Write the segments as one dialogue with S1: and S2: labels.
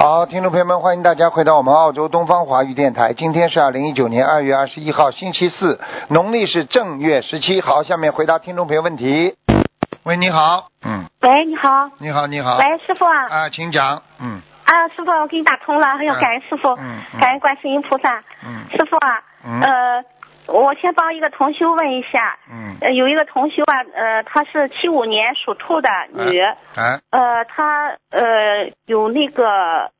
S1: 好，听众朋友们，欢迎大家回到我们澳洲东方华语电台。今天是二零一九年二月二十一号，星期四，农历是正月十七。好，下面回答听众朋友问题。喂，你好，嗯，
S2: 喂，你好。
S1: 你好，你好，
S2: 喂，师傅啊。
S1: 啊，请讲，嗯
S2: 啊，师傅，我给你打通了，哎呦，
S1: 嗯
S2: 感恩师傅，
S1: 嗯嗯
S2: 感恩观世音菩萨。
S1: 嗯
S2: 师傅啊，
S1: 嗯
S2: 呃，我先帮一个同修问一下，
S1: 嗯，
S2: 呃，有一个同修啊，呃，她是七五年属兔的女，
S1: 哎，
S2: 呃，她呃有那个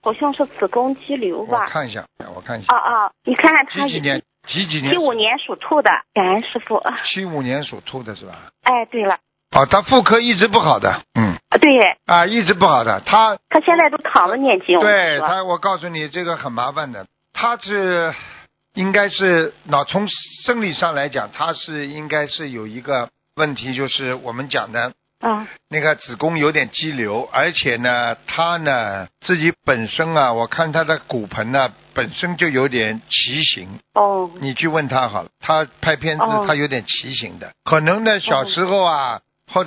S2: 好像是子宫肌瘤
S1: 我
S2: 吧？
S1: 看一下，我看一下
S2: 哦，哦，你看看她
S1: 几几年？几几年？
S2: 七五。年属兔的，感恩师傅。啊
S1: 七五年属兔的是吧？
S2: 哎，对了，
S1: 哦，他妇科一直不好的，嗯，
S2: 啊对，
S1: 啊，一直不好的，他
S2: 她现在都躺着念经。我跟你
S1: 对
S2: 说
S1: 他，我告诉你，这个很麻烦的。他是应该是脑从生理上来讲，他是应该是有一个问题，就是我们讲的
S2: 嗯
S1: 那个子宫有点肌瘤，而且呢，他呢自己本身啊，我看他的骨盆呢、本身就有点畸形。
S2: 哦
S1: 你去问他好了，他拍片子
S2: 哦
S1: 他有点畸形的，可能呢小时候啊，或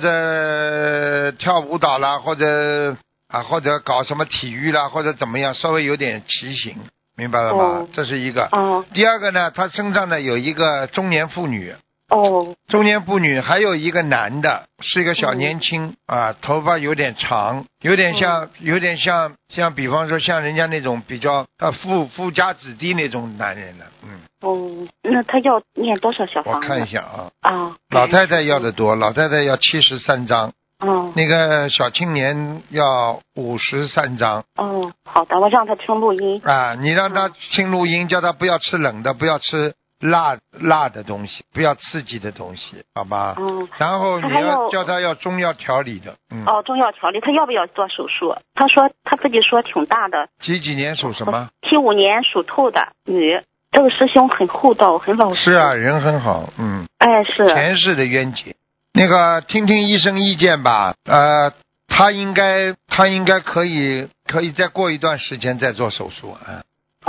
S1: 者跳舞蹈啦，或者啊或者搞什么体育啦，或者怎么样，稍微有点畸形，明白了吗？
S2: 哦
S1: 这是一个。
S2: 哦
S1: 第二个呢，他身上呢有一个中年妇女，
S2: 哦
S1: 中年妇女还有一个男的，是一个小年轻、
S2: 嗯
S1: 啊，头发有点长，有点像，有点像像，比方说像人家那种比较呃富富家子弟那种男人了，嗯。
S2: 哦，那她要念多少小
S1: 我
S2: 房子？
S1: 看一下啊，
S2: 啊，
S1: 老太太要的多，老太太要七十三张，
S2: 哦
S1: 那个小青年要五十三张
S2: 哦，好的，我让他听录音。
S1: 啊。你让她听录音，叫她不要吃冷的，不要吃辣辣的东西，不要刺激的东西，好吧？
S2: 嗯，
S1: 然后你
S2: 她还
S1: 要
S2: 有
S1: 叫她要中药调理的，嗯，
S2: 哦，中药调理，他要不要做手术？他说他自己说挺大的，
S1: 几几年属什么？
S2: 七五年属兔的女。这个师兄很厚道，很老实。
S1: 是啊，，人很好，嗯，
S2: 哎哦是，
S1: 前世的冤结。那个听听医生意见吧，呃，她应该她应该可以可以再过一段时间再做手术啊。嗯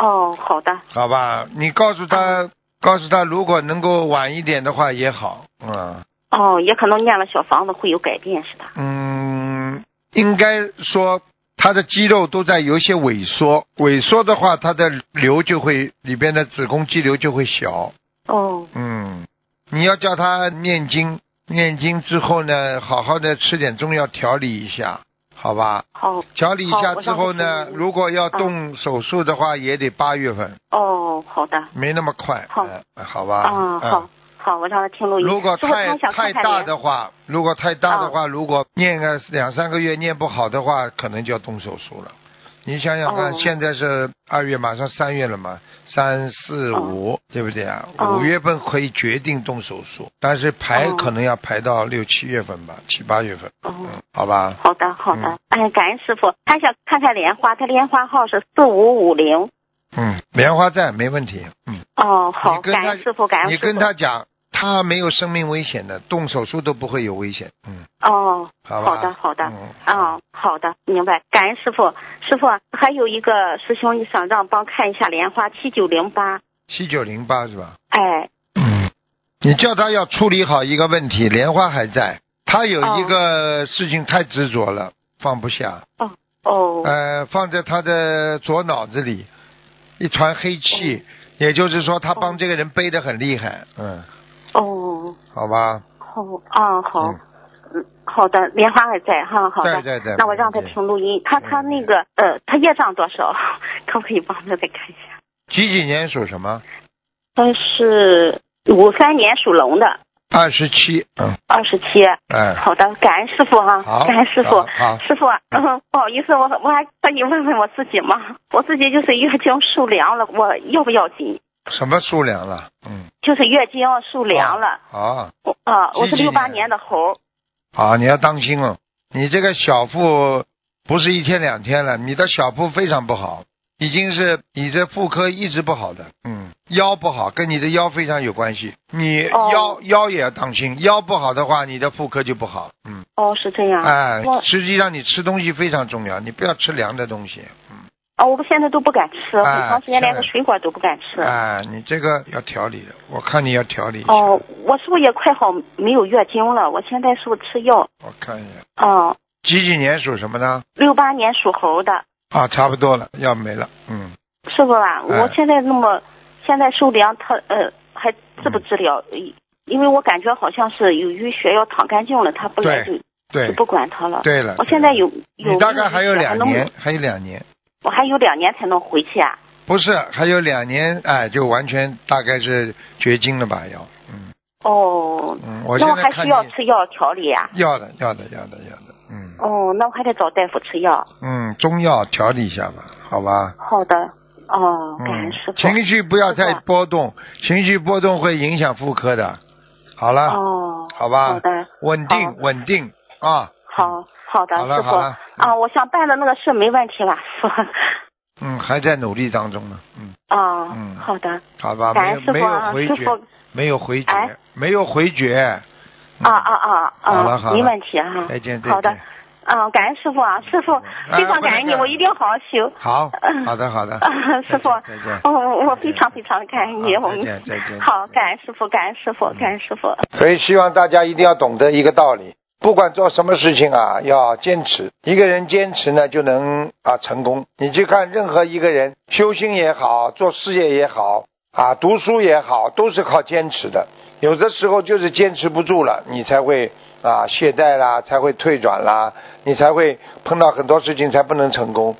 S2: 哦，好的，
S1: 好吧，你告诉
S2: 嗯
S1: 他，告诉他，如果能够晚一点的话也好，嗯
S2: 哦，也可能念了小房子会有改变是吧？
S1: 嗯，应该说他的肌肉都在有一些萎缩，萎缩的话，他的瘤就会里边的子宫肌瘤就会小，
S2: 哦，
S1: 嗯，你要叫他念经，念经之后呢，好好的吃点中药调理一下，好吧？
S2: 好，
S1: 调理一
S2: 好
S1: 下
S2: 我
S1: 之
S2: 上
S1: 后
S2: 次
S1: 呢，
S2: 听嗯
S1: 如果要动手术的话，也得八月份，
S2: 哦，好的，
S1: 没那么快，
S2: 好
S1: 嗯好吧？
S2: 啊，
S1: 嗯
S2: 好，好，我让他听录音。
S1: 如果
S2: 师傅他
S1: 太
S2: 想
S1: 太
S2: 看看
S1: 大
S2: 您
S1: 的话，如果太大的
S2: 哦
S1: 话，如果念个两三个月念不好的话，可能就要动手术了。你想想看，
S2: 哦
S1: 现在是二月，马上三月了嘛，三四
S2: 哦
S1: 五，对不对啊？
S2: 哦
S1: 五月份可以决定动手术，但是排
S2: 哦
S1: 可能要排到六七月份吧，七八月份，
S2: 哦
S1: 嗯，好吧？
S2: 好的，好的
S1: 嗯。
S2: 哎，感恩师傅，他想看看莲花，他莲花号是四五五零。
S1: 嗯，莲花站没问题，嗯，
S2: 哦，好，
S1: 你跟
S2: 感
S1: 他
S2: 恩师傅，感恩
S1: 你
S2: 师傅。
S1: 跟他讲，他没有生命危险的，动手术都不会有危险，嗯，
S2: 哦，
S1: 好吧？
S2: 好的好的
S1: 嗯，
S2: 哦，好的，明白。感恩师傅，师傅还有一个师兄想让帮看一下莲花七九零八。
S1: 七九零八是吧？
S2: 哎，
S1: 嗯，你叫他要处理好一个问题，莲花还在，他有一个事情太执着了，放不下，
S2: 哦，
S1: 呃，放在他的左脑子里，一团黑气，也就是说他帮这个人背得很厉害，嗯，
S2: 哦，
S1: 好吧，
S2: 好，哦，好
S1: 嗯。
S2: 嗯，好的，莲花还在哈，好
S1: 在
S2: 的，
S1: 在嗯在，
S2: 那我让他
S1: 没问题
S2: 听录音，他他那个呃，他业障多少， 可不可以帮他再看一下？
S1: 几几年属什么？
S2: 他是五三年属龙的，
S1: 二十七，嗯，
S2: 二十七。
S1: 哎，
S2: 好的，感恩师傅哈、
S1: 好，
S2: 感恩师
S1: 好
S2: 傅。
S1: 好，
S2: 师傅、嗯，不好意思，我我还特意问问我自己嘛，我自己就是月经数凉了，我要不要紧？
S1: 什么数量了？嗯，
S2: 就是月经数凉了，
S1: 好。
S2: 我啊、我是
S1: 哦几几
S2: 六
S1: 年
S2: 八年的猴，
S1: 啊，你要当心哦，你这个小腹不是一天两天了，你的小腹非常不好，已经是你这妇科一直不好的，嗯，腰不好跟你的腰非常有关系，你
S2: 哦
S1: 腰、腰也要当心，腰不好的话，你的妇科就不好，嗯，
S2: 哦，是这样，
S1: 哎
S2: 我，
S1: 实际上你吃东西非常重要，你不要吃凉的东西，
S2: 啊、我现在都不敢吃，
S1: 哎
S2: 很长时间连
S1: 是
S2: 个水果都不敢吃。
S1: 哎，你这个要调理的，我看你要调理一下，
S2: 哦，我是不是也快好没有月经了？我现在是不是吃药？
S1: 我看一下，
S2: 哦，
S1: 几几年属什么呢？
S2: 六八年属猴的，
S1: 啊，差不多了，要没了，嗯，
S2: 师傅啊，
S1: 哎
S2: 我现在那么现在受凉，他呃还治
S1: 嗯
S2: 不治疗？因为我感觉好像是有淤血要淌干净了，他不来就就
S1: 对，
S2: 不管他了。
S1: 对了，
S2: 我现在有有
S1: 你大概还有
S2: 那个
S1: 两
S2: 淤血能不
S1: 年，还有两年，
S2: 我还有两年才能回去啊。
S1: 不是还有两年，哎，就完全大概是绝经了吧？要，嗯
S2: 哦，
S1: 嗯，我
S2: 那
S1: 现在
S2: 我还
S1: 看
S2: 需
S1: 你
S2: 要吃药调理啊。
S1: 要的，要的，要的，要的，嗯
S2: 哦，那我还得找大夫吃药。
S1: 嗯，中药调理一下吧，好吧？
S2: 好的，哦，感
S1: 嗯
S2: 恩师，傅。
S1: 情绪不要太
S2: 师傅
S1: 波动，情绪波动会影响妇科的。好了，
S2: 哦，
S1: 啊好吧
S2: 好的，
S1: 稳
S2: 好
S1: 定，稳定啊，
S2: 好好的，
S1: 好了
S2: 师
S1: 好了
S2: 傅啊，我想办的那个事没问题吧，师 傅。
S1: 嗯，还在努力当中呢，嗯，
S2: 哦，
S1: 嗯
S2: 好的，
S1: 好吧，
S2: 感
S1: 没有
S2: 恩师
S1: 没
S2: 傅啊，
S1: 有
S2: 师
S1: 回
S2: 傅
S1: 绝，没有回
S2: 哎
S1: 绝，没有回绝，嗯
S2: 啊啊啊
S1: 好了好
S2: 啊，
S1: 了
S2: 没问题哈。
S1: 再见再
S2: 好的
S1: 见，，
S2: 啊，感恩师傅啊，师傅
S1: 哎
S2: 非常感恩
S1: 不能
S2: 你，
S1: 干
S2: 我一定好好修。
S1: 好，好的好的
S2: 啊，师傅，
S1: 再见再见
S2: 哦，我非常非常感恩你，
S1: 好
S2: 我
S1: 再
S2: 们
S1: 见再见，嗯
S2: 好，感恩师傅，感恩师傅，感恩师傅。
S1: 所以希望大家一定要懂得一个道理，不管做什么事情啊，要坚持。一个人坚持呢，就能啊成功。你去看任何一个人，修心也好，做事业也好，啊，读书也好，都是靠坚持的。有的时候就是坚持不住了，你才会啊懈怠啦，才会退转啦，你才会碰到很多事情才不能成功。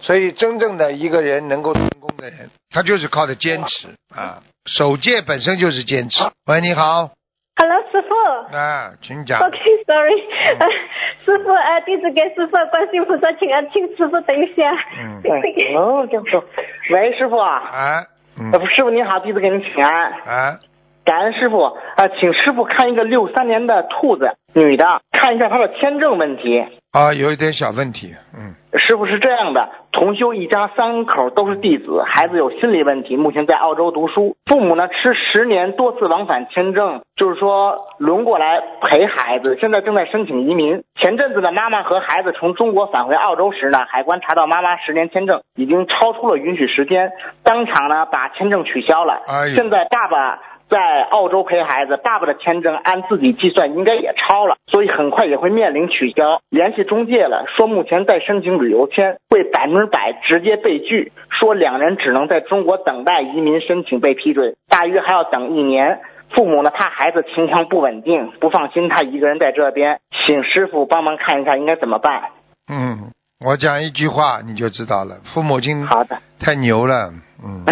S1: 所以，真正的一个人能够成功的人，他就是靠的坚持啊。守戒本身就是坚持。喂，你好。
S3: Hello，师傅。
S1: 啊，嗯请讲。
S3: OK，Sorry，、呃 师傅，呃，弟子给师傅观世音菩萨请
S2: 呃
S3: 安，请师傅等一下。
S1: 嗯
S4: 哎哦，这样说，喂，师傅啊，
S1: 哎，嗯
S4: 呃，，师傅您好，弟子给您请安，
S1: 哎，
S4: 感恩师傅啊、呃请师傅看一个六三年的兔子，女的，看一下她的签证问题。
S1: 啊，有一点小问题，嗯，
S4: 师傅是这样的，同修一家三口都是弟子，孩子有心理问题，目前在澳洲读书。父母呢持十年多次往返签证，就是说轮过来陪孩子，现在正在申请移民。前阵子呢，妈妈和孩子从中国返回澳洲时呢，海关查到妈妈十年签证已经超出了允许时间，当场呢把签证取消了。
S1: 哎呦
S4: 现在爸爸。在澳洲陪孩子，爸爸的签证按自己计算应该也超了，所以很快也会面临取消。联系中介了，说目前在申请旅游签，会百分之百直接被拒，说两人只能在中国等待移民申请被批准，大约还要等一年。父母呢，怕孩子情况不稳定，不放心他一个人在这边，请师傅帮忙看一下应该怎么办。
S1: 嗯，我讲一句话你就知道了，父母亲
S4: 好的，
S1: 太牛了，嗯，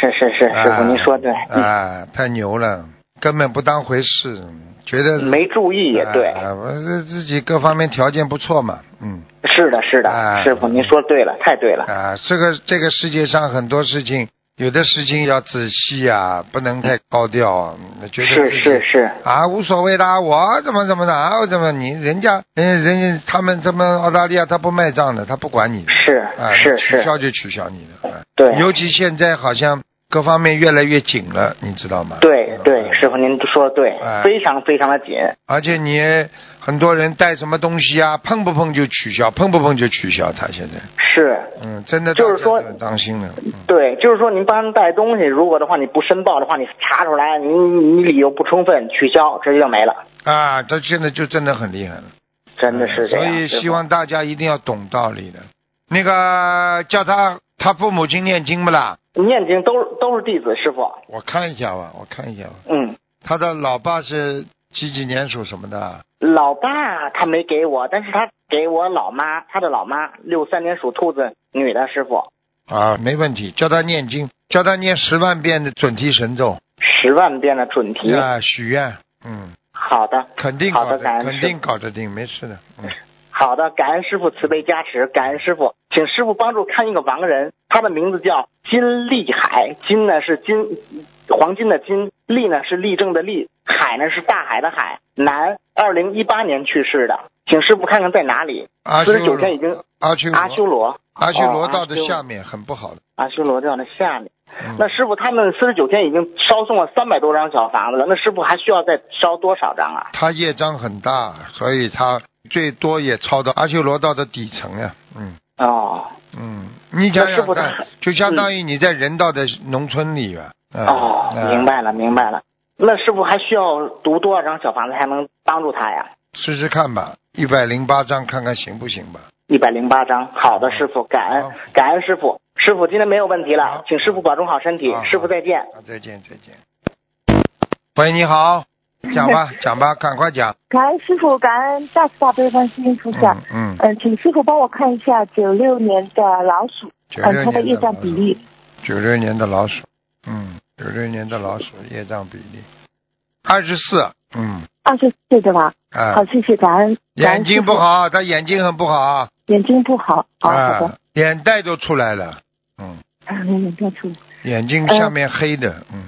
S4: 是是是，师傅您说对，
S1: 哎、啊太牛了，根本不当回事，觉得
S4: 嗯没注意也对，
S1: 啊我这自己各方面条件不错嘛，嗯，
S4: 是的是
S1: 哎
S4: 的，师傅您说对了，太对了。
S1: 啊，这个这个世界上很多事情，有的事情要仔细啊，不能太高调啊，觉得
S4: 是
S1: 自己
S4: 是是，
S1: 啊，无所谓的，我怎么怎么的，啊，我怎么你人家人人家他们他们澳大利亚他不卖账的，他不管你的
S4: 是
S1: 啊，
S4: 是
S1: 取
S4: 是，
S1: 消就取消你的，啊、
S4: 对
S1: 尤其现在好像各方面越来越紧了，你知道吗？
S4: 对对，
S1: 嗯
S4: 师傅您说的对
S1: 哎，
S4: 非常非常的紧，
S1: 而且你很多人带什么东西啊，碰不碰就取消，碰不碰就取消，他现在，
S4: 是。
S1: 嗯，真的
S4: 就是
S1: 大家
S4: 说
S1: 都很当心了，嗯
S4: 对，就是说您帮人带东西，如果的话你不申报的话，你查出来，你你理由不充分，取消直接就没了，
S1: 啊，他现在就真的很厉害了。
S4: 真的是这样。
S1: 嗯所以
S4: 师傅
S1: 希望大家一定要懂道理的。那个叫他他父母亲念经不啦？
S4: 念经都是都是弟子，师傅，
S1: 我看一下吧，我看一下吧。
S4: 嗯，
S1: 他的老爸是几几年属什么的啊？
S4: 老爸他没给我，但是他给我老妈，他的老妈六三年属兔子女的，师傅
S1: 啊，没问题，叫他念经，叫他念十万遍的准提神咒
S4: 十万遍的准提，
S1: 啊，许愿，嗯，
S4: 好的，
S1: 肯定
S4: 好
S1: 搞
S4: 的，
S1: 得
S4: 感恩
S1: 肯
S4: 师傅
S1: 定搞得定，没事的，嗯，
S4: 好的，感恩师傅慈悲加持，感恩师傅，请师傅帮助看一个亡人，他的名字叫金利海，金呢是金黄金的金，利呢是立正的立，海呢是大海的海，男，二零一八年去世的，请师傅看看在哪里。
S1: 阿修
S4: 四十九
S1: 罗
S4: 天已经，
S1: 阿修罗
S4: 阿修罗，
S1: 阿修罗
S4: 哦
S1: 道的
S4: 阿修
S1: 下面很不好的，
S4: 阿修罗掉在下面。
S1: 嗯
S4: 那师傅他们四十九天已经烧送了三百多张小房子了，那师傅还需要再烧多少张啊？
S1: 他业障很大，所以他最多也超到阿修罗道的底层呀、嗯。
S4: 哦
S1: 嗯，你想
S4: 那师
S1: 想
S4: 傅
S1: 看
S4: 他，
S1: 就相当于你在人道的农村里边。嗯、
S4: 嗯哦，
S1: 嗯
S4: 明。白了明白了。那师傅还需要读多
S1: 呃
S4: 少张小房子才能帮助他呀？
S1: 试试看吧，一百零八章看看行不行吧。
S4: 一百零八章。好的，师傅，感恩
S1: 好
S4: 感恩师傅。师傅今天没有问题
S1: 好
S4: 了，请师傅保重好身体
S1: 好。
S4: 师傅再见。
S1: 啊，再见再见。喂，你好，讲 吧讲吧，赶快讲。
S5: 感恩师傅，感恩大慈大悲观世音菩萨。
S1: 嗯嗯，
S5: 嗯，请师傅帮我看一下九六年的老鼠，
S1: 九
S5: 嗯，
S1: 六
S5: 它的业
S1: 年的老
S5: 障
S1: 鼠
S5: 比，例。
S1: 九六年的老鼠，嗯，九六年的老鼠业障比例二十四，嗯，
S5: 二十四对吧？
S1: 啊、
S5: 好，谢谢感恩。感
S1: 眼
S5: 恩师
S1: 睛
S5: 父
S1: 不，好，他眼睛很不好啊，
S5: 眼睛不好。好好
S1: 啊
S5: 的，
S1: 眼袋都出来了，嗯，
S5: 嗯，眼睛出。
S1: 眼睛
S5: 呃
S1: 下面黑的，嗯，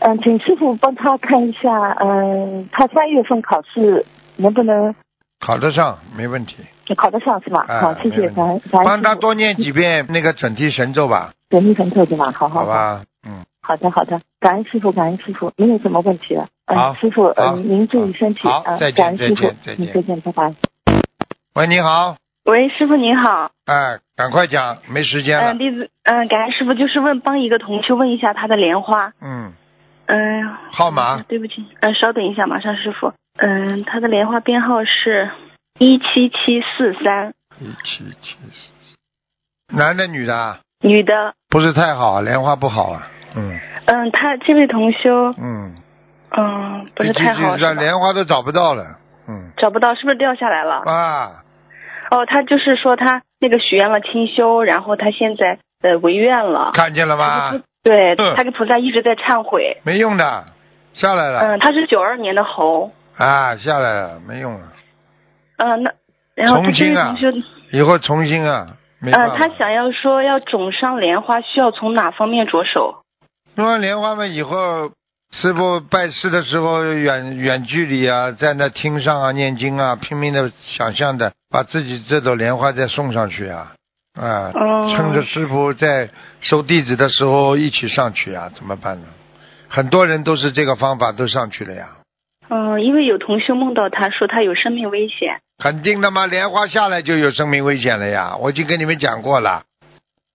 S5: 嗯，请师傅帮他看一下，嗯，他三月份考试能不能
S1: 考得上没问题，
S5: 考得上是吧？
S1: 啊
S5: 好，谢
S1: 没
S5: 谢
S1: 问题
S5: 感恩感恩。
S1: 帮他多念几遍那个准提神咒吧，
S5: 努力成就对吧？好
S1: 好
S5: 好。
S1: 吧，嗯，
S5: 好的，好的，感恩师傅，感恩师傅，没有什么问题了。
S1: 好
S5: 嗯，师傅，
S1: 好
S5: 嗯，您注意身体，
S1: 好
S5: 嗯，
S1: 再见
S5: 感恩师
S1: 再
S5: 傅
S1: 见再，见
S5: 嗯，再见，拜拜。
S1: 喂，你好，
S6: 喂，师傅您好，
S1: 哎，赶快讲，没时间
S6: 嗯、
S2: 呃
S1: 了，
S6: 弟子，嗯、感恩师傅，就是问帮一个同修问一下他的莲花，
S1: 嗯，
S6: 嗯、
S1: 号码
S6: 对不起，嗯、稍等一下，马上师傅，嗯、他的莲花编号是一七七四三，
S1: 一七七四，男的女的啊，
S6: 女的，
S1: 不是太好，莲花不好啊，嗯
S6: 嗯、他这位同修，
S1: 嗯，
S6: 嗯、不是
S1: 一七
S6: 太好
S1: 七四
S6: 是吧
S1: 莲花都找不到了，嗯
S6: 找不到，是不是掉下来了？
S1: 啊，
S6: 哦，他就是说他那个许愿了清修，然后他现在呃违愿了，
S1: 看见了吗？
S6: 对
S1: 嗯
S6: 他跟菩萨一直在忏悔，
S1: 没用的，下来
S6: 嗯、
S1: 了
S6: 他是九二年的猴，
S1: 啊，下来了，没用了，
S6: 嗯、那然后他
S1: 重
S6: 这
S1: 新
S6: 位
S1: 啊
S6: 同修。
S1: 以后重新啊，没办
S6: 呃，
S1: 法。
S6: 他想要说要种上莲花，需要从哪方面着手？
S1: 弄完莲花嘛，以后师傅拜师的时候，远远距离啊，在那听上啊、念经啊，拼命的想象的，把自己这朵莲花再送上去啊，啊，
S6: 嗯，
S1: 趁着师傅在收弟子的时候一起上去啊，怎么办呢？很多人都是这个方法都上去了呀，
S6: 嗯，因为有同修梦到他说他有生命危险。
S1: 肯定的嘛，莲花下来就有生命危险了呀，我已经跟你们讲过了。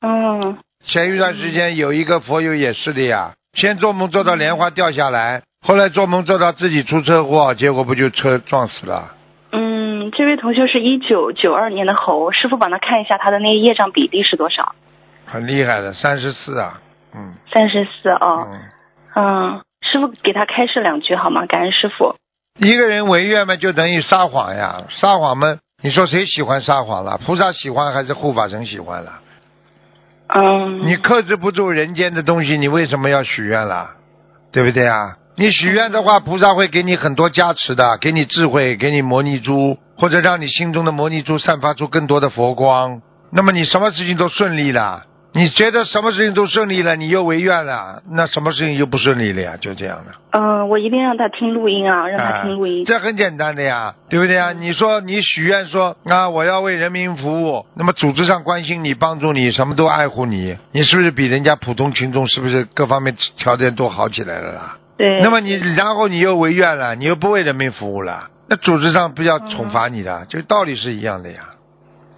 S6: 嗯
S1: 前一段时间有一个佛友也是的呀，先做梦做到莲花掉下来，后来做梦做到自己出车祸，结果不就车撞死了？
S6: 嗯，这位同修是一九九二年的猴，师傅帮他看一下他的那个业障比例是多少？
S1: 很厉害的，三十四啊，嗯
S6: 三十四哦。
S1: 嗯，
S6: 嗯，师傅给他开示两句好吗？感恩师傅。
S1: 一个人违愿嘛，就等于撒谎呀，撒谎嘛，你说谁喜欢撒谎了？菩萨喜欢还是护法神喜欢了？
S6: 嗯，
S1: 你克制不住人间的东西，你为什么要许愿啦？对不对啊？你许愿的话，菩萨会给你很多加持的，给你智慧，给你摩尼珠，或者让你心中的摩尼珠散发出更多的佛光。那么你什么事情都顺利了，你觉得什么事情都顺利了，你又违愿了，那什么事情就不顺利了呀？就这样的。
S6: 嗯，我一定让他听录音啊，让他
S1: 啊
S6: 听录音。嗯
S1: 这很简单的呀，对不对呀？你说你许愿说啊，我要为人民服务，那么组织上关心你、帮助你，什么都爱护你，你是不是比人家普通群众是不是各方面条件都好起来了啦？
S6: 对。
S1: 那么你然后你又违愿了，你又不为人民服务了，那组织上不要惩罚你的，就道理是一样的呀，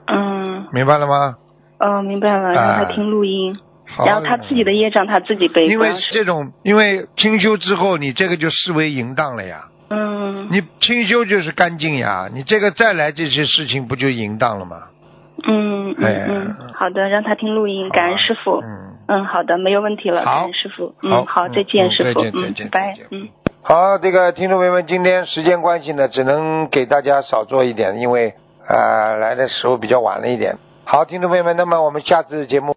S6: 嗯
S1: 明白了吗？
S6: 嗯，明白了，让他听录音，
S1: 啊好
S6: 然后他自己的业障他自己背。
S1: 因
S6: 不
S1: 为
S6: 让师
S1: 这种，因为清修之后，你这个就视为淫荡了呀。
S6: 嗯。
S1: 你清修就是干净呀，你这个再来这些事情不就淫荡了吗？
S6: 嗯
S1: 哎啊
S6: 嗯，嗯，好的，让他听录音，感恩师傅。
S1: 嗯，
S6: 嗯，好的，没有问题了，
S1: 好
S6: 感恩师傅。
S1: 好
S6: 嗯，好，
S1: 嗯
S6: 再
S1: 嗯
S6: 见，师傅。
S1: 再见再
S6: 嗯，
S1: 见
S6: 拜
S1: 再
S6: 拜
S1: 见。
S6: 嗯。
S1: 好，这个听众朋友们，今天时间关系呢，只能给大家少做一点，因为呃来的时候比较晚了一点。好，听众朋友们，那么我们下次节目